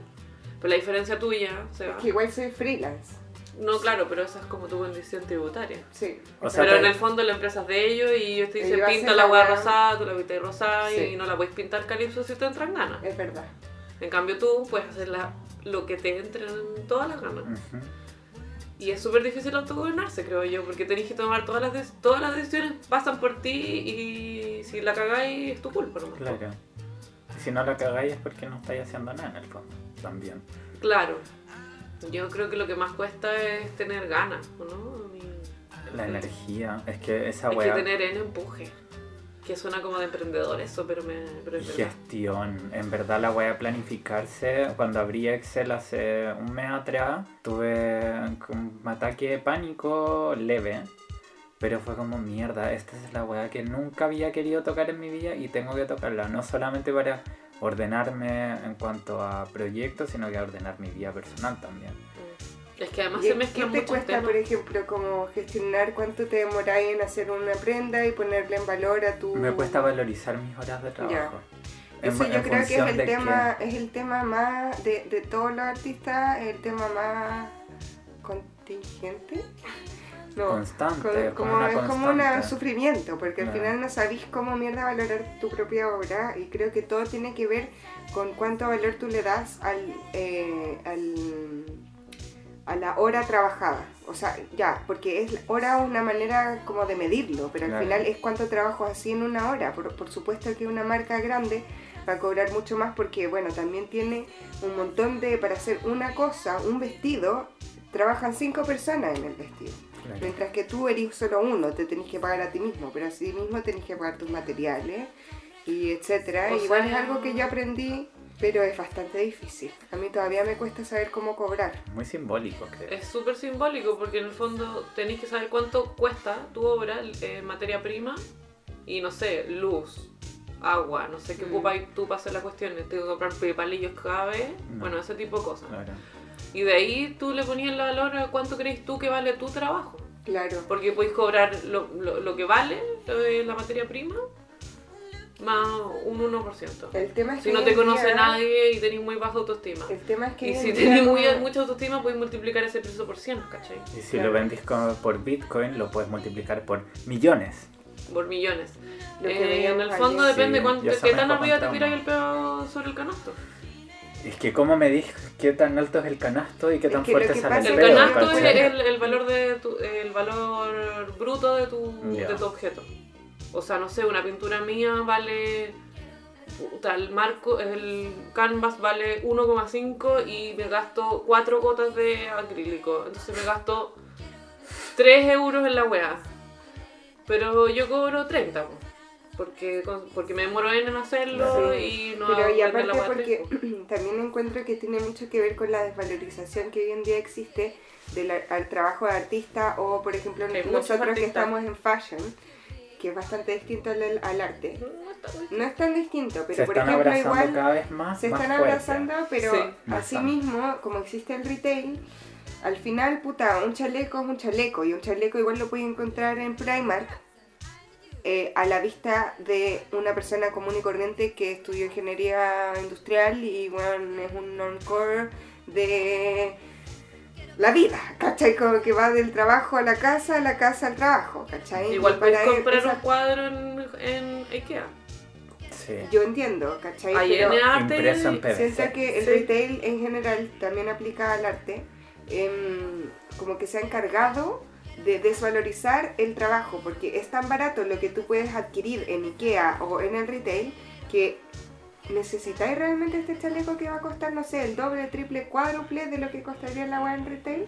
A: Pero la diferencia tuya se va.
B: es. Que igual soy freelance.
A: No, claro, pero esa es como tu condición tributaria.
B: Sí.
C: O sea,
A: pero
C: te-
A: en el fondo la empresa es de ellos y ellos te dicen
B: Ellos
A: pinta
B: hacen
A: la
B: la
A: hueá
B: weá".
A: rosada, tú la pintas rosada
B: Sí.
A: y no la puedes pintar calipso si te entran ganas.
B: Es verdad.
A: En cambio tú puedes hacer la- lo que te entren todas las ganas.
C: Ujú.
A: Y es súper difícil autogobernarse, creo yo, porque tenés que tomar todas las, dec- todas las decisiones, pasan por ti y si la cagáis es tu culpa. ¿no?
C: Claro. Y Si no la cagáis es porque no estáis haciendo nada en el fondo. También.
A: Claro. Yo creo que lo que más cuesta es tener ganas, ¿o ¿no? Y
C: La energía. Es que esa
A: hay que
C: weá.
A: tener en empuje. Que suena como de emprendedor eso, pero me... Pero
C: Y
A: es verdad.
C: gestión. En verdad la voy a planificarse. Cuando abrí Excel hace un mes atrás, tuve un ataque de pánico leve. Pero fue como mierda, esta es la weá que nunca había querido tocar en mi vida y tengo que tocarla. No solamente para ordenarme en cuanto a proyectos, sino que a ordenar mi vida personal también.
A: Es que además
B: ¿Y
A: se
B: ¿Qué
A: mezclan
B: te
A: muchos
B: cuesta,
A: temas.
B: por ejemplo, como gestionar cuánto te demoráis en hacer una prenda y ponerle en valor a tu...
C: Me cuesta valorizar mis horas de trabajo. En-
B: Eso yo
C: en
B: creo que es
C: función
B: el
C: de
B: tema, es el tema más de, de todos los artistas, es el tema más contingente. *laughs* No,
C: Constante,
B: con-
C: es como
B: como,
C: una
B: es
C: constante.
B: como un sufrimiento, porque al
C: Claro.
B: final no sabís cómo mierda valorar tu propia obra y creo que todo tiene que ver con cuánto valor tú le das al, eh, al- a la hora trabajada. O sea, ya, porque es hora una manera como de medirlo, pero al
C: Claro.
B: final es cuánto trabajo así en una hora. Por, por supuesto que una marca grande va a cobrar mucho más porque, bueno, también tiene un montón de, para hacer una cosa, un vestido, trabajan cinco personas en el vestido.
C: Claro.
B: Mientras que tú eres solo uno, te tenés que pagar a ti mismo, pero así mismo tenés que pagar tus materiales y etcétera.
A: O
B: Igual
A: sea-
B: es algo que yo aprendí, pero es bastante difícil. A mí todavía me cuesta saber cómo cobrar.
C: Muy simbólico, creo.
A: Es súper simbólico porque en el fondo tenéis que saber cuánto cuesta tu obra, eh, materia prima y no sé, luz, agua, no sé qué
B: Mm.
A: ocupáis tú para hacer las cuestiones. Tengo que comprar pe- palillos cada vez,
C: No.
A: bueno, ese tipo de cosas.
C: Claro.
A: Y de ahí tú le ponías el valor a cuánto crees tú que vale tu trabajo.
B: Claro.
A: Porque podéis cobrar lo, lo- lo que vale eh, la materia prima más un 1%.
B: El tema es
A: Si
B: que
A: no
B: hoy
A: te
B: en
A: conoce
B: día-
A: nadie y tenéis muy baja autoestima.
B: El tema es que
A: Y
B: hoy
A: si
B: en día
A: tenéis *laughs* muy,
B: como-
A: mucha autoestima, podéis multiplicar ese precio por 100, ¿cachai?
C: Y si
B: Claro.
C: lo vendís como por Bitcoin, lo puedes multiplicar por millones.
A: Por millones.
B: Lo que
A: Eh, en
B: veíamos
A: el fondo
B: ayer.
A: depende
C: Sí,
A: cuánto-
C: yo
A: qué
C: soy
A: tan
C: mejor
A: arriba te
C: contra
A: tiráis
C: uno.
A: el pedo sobre el canasto.
C: Es que cómo me dijo qué tan alto es el canasto y qué
B: Es
C: tan
B: que lo
C: fuerte
B: que
C: sale el
B: pasa
A: El
B: pero,
C: pelo,
A: canasto es
C: ¿cachai?
A: el, el valor de tu- el valor bruto de tu,
C: Ya.
A: de tu objeto. O sea, no sé, una pintura mía vale. puta, el marco, el canvas vale 1,5 y me gasto 4 gotas de acrílico. Entonces me gasto 3 euros en la weá. Pero yo cobro 30, po, porque, con- porque me demoro en hacerlo y no
B: Pero y
A: hago vender
B: aparte
A: la weá
B: porque
A: tres, po.
B: *clears throat* también encuentro que tiene mucho que ver con la desvalorización que hoy en día existe del ar- al trabajo de artista o por ejemplo
A: Hay muchos
B: nosotros que
A: artistas.
B: estamos en fashion, que es bastante distinto al, al arte.
A: No está muy-
B: No es tan distinto, pero
C: se
B: por
C: están
B: ejemplo
C: abrazando
B: igual
C: cada vez más.
B: se
C: más
B: están
C: fuerte.
B: abrazando, pero
A: Sí.
B: asimismo, como existe el retail, al final, puta, un chaleco es un chaleco y un chaleco igual lo puedes encontrar en Primark eh, a la vista de una persona común y corriente que estudió ingeniería industrial y bueno, es un non-core de la vida, ¿cachai? Como que va del trabajo a la casa, a la casa al trabajo, ¿cachai? Y
A: Igual puedes
B: para e-
A: comprar
B: esa-
A: un cuadro en, en Ikea.
C: Sí.
B: Yo entiendo, ¿cachai?
A: Hay
B: Pero-
A: en arte.
C: Impreso en PVC.
B: Siento que el
A: Sí.
B: retail en general también aplica al arte, em, como que se ha encargado de desvalorizar el trabajo, porque es tan barato lo que tú puedes adquirir en IKEA o en el retail que necesitáis realmente este chaleco que va a costar, no sé, el doble, triple, cuádruple de lo que costaría la web en retail. Eh,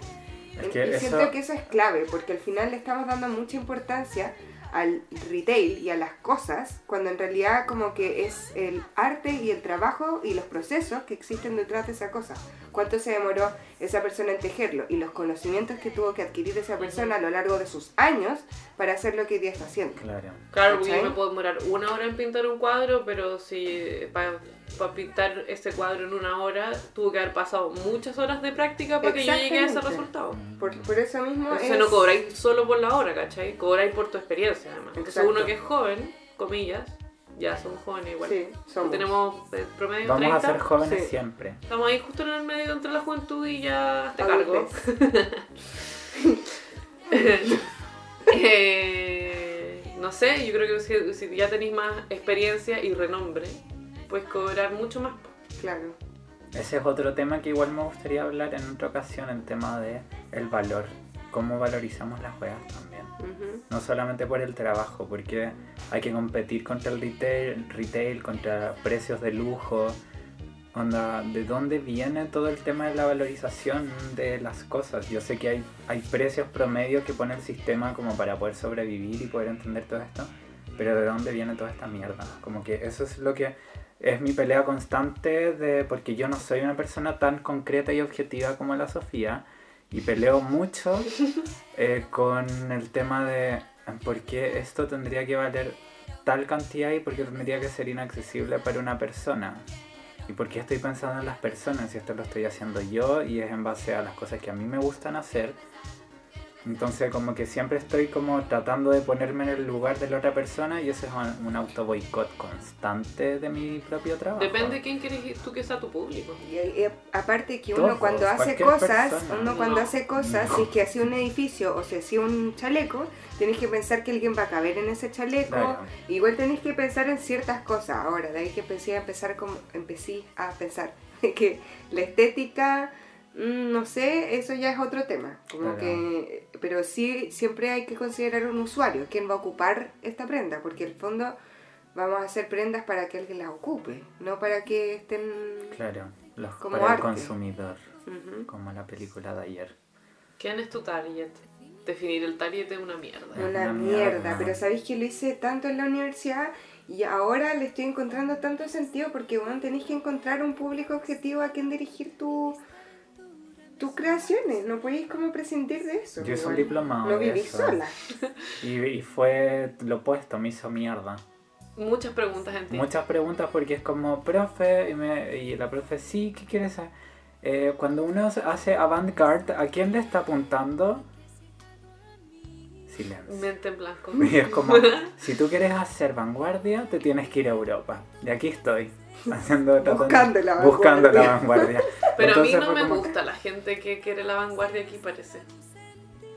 C: Es
B: Y
C: que eso,
B: siento que eso es clave, porque al final le estamos dando mucha importancia al retail y a las cosas, cuando en realidad como que es el arte y el trabajo y los procesos que existen detrás de esa cosa. Cuánto se demoró esa persona en tejerlo y los conocimientos que tuvo que adquirir esa persona a lo largo de sus años para hacer lo que hoy día está haciendo.
C: Claro.
A: Claro, porque yo
B: ¿Cachai?
A: me puedo demorar una hora en pintar un cuadro, pero si para pintar ese cuadro en una hora, tuve que haber pasado muchas horas de práctica para que yo llegue a ese
B: Exactamente.
A: resultado.
B: Por, por eso mismo
A: Entonces
B: es...
A: no cobráis solo por la hora, ¿cachai? Cobráis por tu experiencia, además. Entonces
B: Exacto.
A: uno que es joven, comillas, Ya, son jóvenes igual.
B: Sí, somos.
A: Tenemos eh, promedio
C: Vamos
A: 30.
C: a ser jóvenes
B: Sí.
C: siempre.
A: Estamos ahí justo en el medio entre la juventud y ya te cargo.
B: Adultez.
A: *laughs* Eh, no sé, yo creo que si, si ya tenéis más experiencia y renombre, puedes cobrar mucho más. po.
B: Claro.
C: Ese es otro tema que igual me gustaría hablar en otra ocasión, el tema de el valor. Cómo valorizamos las weas también.
B: Ujú.
C: No solamente por el trabajo, porque hay que competir contra el retail, retail contra precios de lujo. Onda, ¿de dónde viene todo el tema de la valorización de las cosas? Yo sé que hay, hay precios promedios que pone el sistema como para poder sobrevivir y poder entender todo esto, pero ¿de dónde viene toda esta mierda? Como que eso es lo que es mi pelea constante de porque yo no soy una persona tan concreta y objetiva como la Sofía y peleo mucho eh, con el tema de por qué esto tendría que valer tal cantidad y por qué tendría que ser inaccesible para una persona. Y por qué estoy pensando en las personas si esto lo estoy haciendo yo y es en base a las cosas que a mí me gustan hacer. Entonces como que siempre estoy como tratando de ponerme en el lugar de la otra persona y eso es un, un auto boicot constante de mi propio trabajo.
A: Depende de quién quieres tú que sea tu público.
B: Y, y aparte que uno
C: Todos,
B: cuando hace
C: cualquier
B: cosas,
C: persona.
B: uno cuando
A: No.
B: hace cosas,
C: No.
B: si es que hace un edificio o si hacía un chaleco, tienes que pensar que alguien va a caber en ese chaleco.
C: Claro.
B: Igual tenés que pensar en ciertas cosas ahora, de ahí que empecé a empezar como empecé a pensar *laughs* que la estética mm, no sé, eso ya es otro tema, como
C: Claro.
B: que pero sí siempre hay que considerar un usuario, quién va a ocupar esta prenda, porque el fondo vamos a hacer prendas para que alguien las ocupe, no para que estén
C: Claro, los,
B: Como
C: para
B: arte.
C: el consumidor,
B: Ujú.
C: como la película de ayer.
A: ¿Quién es tu target? Definir el target es una mierda.
C: Es
B: Una
C: una
B: mierda,
C: mierda.
B: pero sabéis que lo hice tanto en la universidad y ahora le estoy encontrando tanto sentido porque bueno, tenés que encontrar un público objetivo a quien dirigir tu tus creaciones, no podéis como prescindir de eso.
C: Yo hice un
B: igual.
C: diplomado
B: Lo
C: de
B: viví
C: eso.
B: sola.
C: Y, y fue lo opuesto, me hizo mierda.
A: Muchas preguntas en ti.
C: Muchas preguntas porque es como, profe, y, me- y la profe, sí, ¿qué quieres hacer? Eh, cuando uno hace avant-garde, ¿a quién le está apuntando? Silencio.
A: Mente en
C: *laughs*
A: blanco.
C: Y
A: *laughs*
C: es como, si tú quieres hacer vanguardia, te tienes que ir a Europa. Y aquí estoy, *laughs* haciendo tratando-
B: Buscando la
C: buscando la
B: vanguardia.
C: vanguardia.
A: *laughs* Pero a mí
C: Entonces
A: no
C: fue
A: me
C: como,
A: gusta la gente que quiere la vanguardia aquí, parece.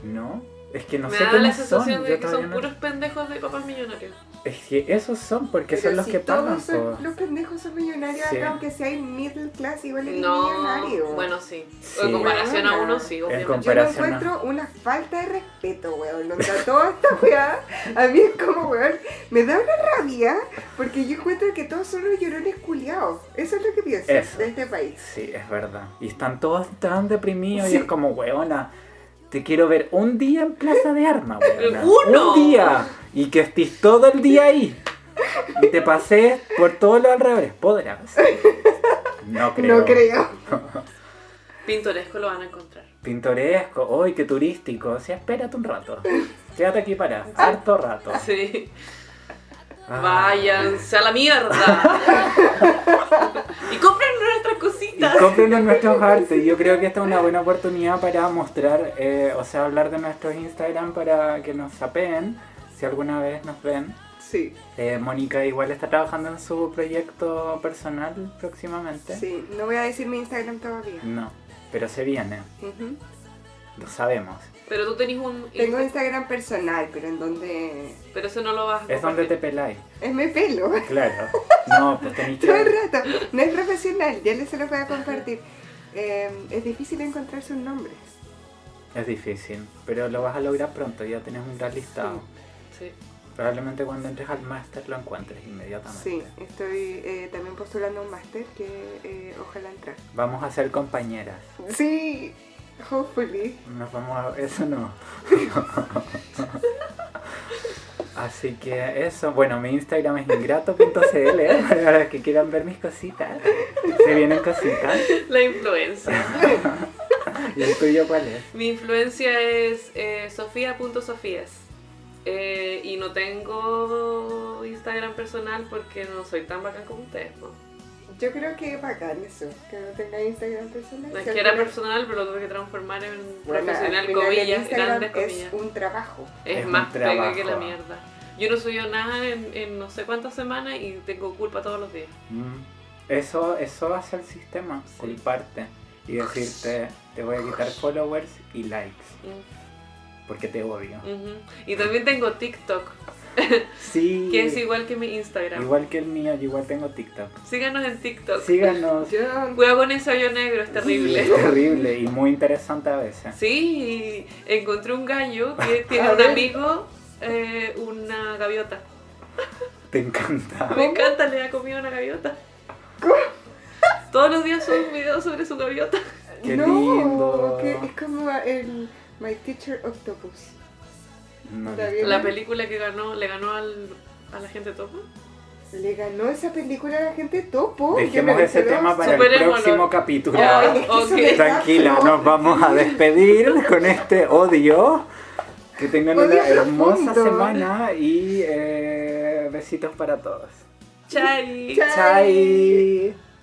C: No, es que no
A: me
C: sé
A: da la
C: quiénes son.
A: sensación
C: yo
A: de que
C: todavía
A: son
C: no-
A: puros pendejos de papás millonarios.
C: Es que esos son, porque
B: Pero
C: son los
B: si
C: que pagan.
B: todos son-
C: po.
B: los pendejos son millonarios
C: Sí.
B: acá, aunque sea en middle class, igual es millonario.
A: No, bueno, sí.
C: Sí.
A: En comparación a
B: Bueno.
A: uno, sí,
C: En
A: obviamente.
C: comp-
B: Yo lo
C: comparación a-
B: encuentro una falta de respeto, weón. Lo toda esta *laughs* weá, a mí es como, weón, me da una rabia porque yo encuentro que todos son unos llorones culiados. Eso es lo que pienso
C: Eso.
B: de este país.
C: Sí, es verdad. Y están todos tan deprimidos
B: Sí.
C: y es como, weona, te quiero ver un día en Plaza de Armas, weona.
A: ¡Uno!
C: Un día. Y que estés todo el día ahí. Y te pasees por todos los alrededores. Podrás. No creo.
B: No creo.
A: Pintoresco lo van a encontrar.
C: Pintoresco. ¡Uy, qué turístico! O sea, espérate un rato. Quédate aquí para harto rato.
A: Sí.
C: Ah.
A: Váyanse a la
B: *laughs*
A: mierda. y compren nuestras
C: Y
A: cositas.
C: cómprenos nuestros artes. Yo creo que esta es una buena oportunidad para mostrar, eh, o sea, hablar de nuestros Instagram para que nos sapeen, si alguna vez nos ven.
B: Sí,
C: Eh, Mónica igual está trabajando en su proyecto personal próximamente.
B: sí. No voy a decir mi Instagram todavía.
C: No, pero se viene,
B: Ujú.
C: lo sabemos.
A: Pero tú tenés un.
B: Tengo Instagram personal, pero en donde
A: Pero eso no lo
B: Ah,
A: vas a
C: Es donde te
A: compartir.
C: peláis,
B: es mi pelo. *laughs*
C: claro. No, pues tenéis
B: Todo el
C: que...
B: rato. No es profesional, ya les se lo voy a compartir. Eh, es difícil encontrar sus nombres.
C: Es difícil, pero lo vas a lograr pronto, ya tenés un gran listado.
A: Sí.
C: Probablemente cuando entres al máster lo encuentres inmediatamente.
B: Sí, estoy eh, también postulando un máster que eh, ojalá entrar.
C: Vamos a ser compañeras.
B: Sí, hopefully.
C: Nos vamos a... Eso no. Así que eso, bueno, mi Instagram es ingrato.cl ¿eh? para los que quieran ver mis cositas. Se vienen cositas.
A: La influencia.
C: ¿Y el tuyo cuál es?
A: Mi influencia es eh, sofía.sofías. Eh, y no tengo Instagram personal porque no soy tan bacán como ustedes. ¿no?
B: Yo creo que es bacán eso, que no tenga Instagram personal.
A: No es
B: que
A: que era
B: alguna-
A: personal, pero lo tuve que transformar en
B: Bueno, al
A: profesional,
B: final el
A: comillas,
B: Instagram
A: grandes comillas.
B: Es un trabajo.
A: Es,
C: Es un
A: más pega que la
C: trabajo.
A: mierda. Yo no subió nada en, en no sé cuántas semanas y tengo culpa todos los días.
C: Mm. Eso, eso hace el sistema,
A: Sí.
C: culparte y decirte, te voy a quitar followers y likes,
A: Mm,
C: porque te odio.
A: ujú. Y también tengo TikTok,
C: Sí,
A: que es igual que mi Instagram.
C: igual que el mío, yo igual tengo TikTok.
A: Síganos en TikTok.
C: Síganos.
B: Yo,
A: Cuidado con ese hoyo negro, es terrible.
C: Sí, es terrible y muy interesante a
A: *laughs*
C: veces.
A: Sí, encontré un gallo que tiene
B: A
A: un
B: ver.
A: amigo, eh, una gaviota.
C: Te encanta.
A: Me encanta, le ha comido una gaviota. Todos los días subo un video sobre su gaviota.
C: Qué
B: no,
C: lindo.
B: que es como el My Teacher Octopus.
C: No,
B: Está
C: no.
B: bien.
A: La película que ganó, le ganó al, a la gente topo.
B: Le ganó esa película a la gente topo.
C: Dejemos ese tema para el
A: Superémoslo.
C: próximo capítulo.
A: Ya,
B: Ay, *laughs* es que
A: ok.
B: eso me-
C: Tranquila, nos vamos a despedir con este odio. Que tengan
B: Odio
C: una hermosa
B: profundo.
C: semana y eh, besitos para todos.
A: Chai.
B: Chai.
C: Chai.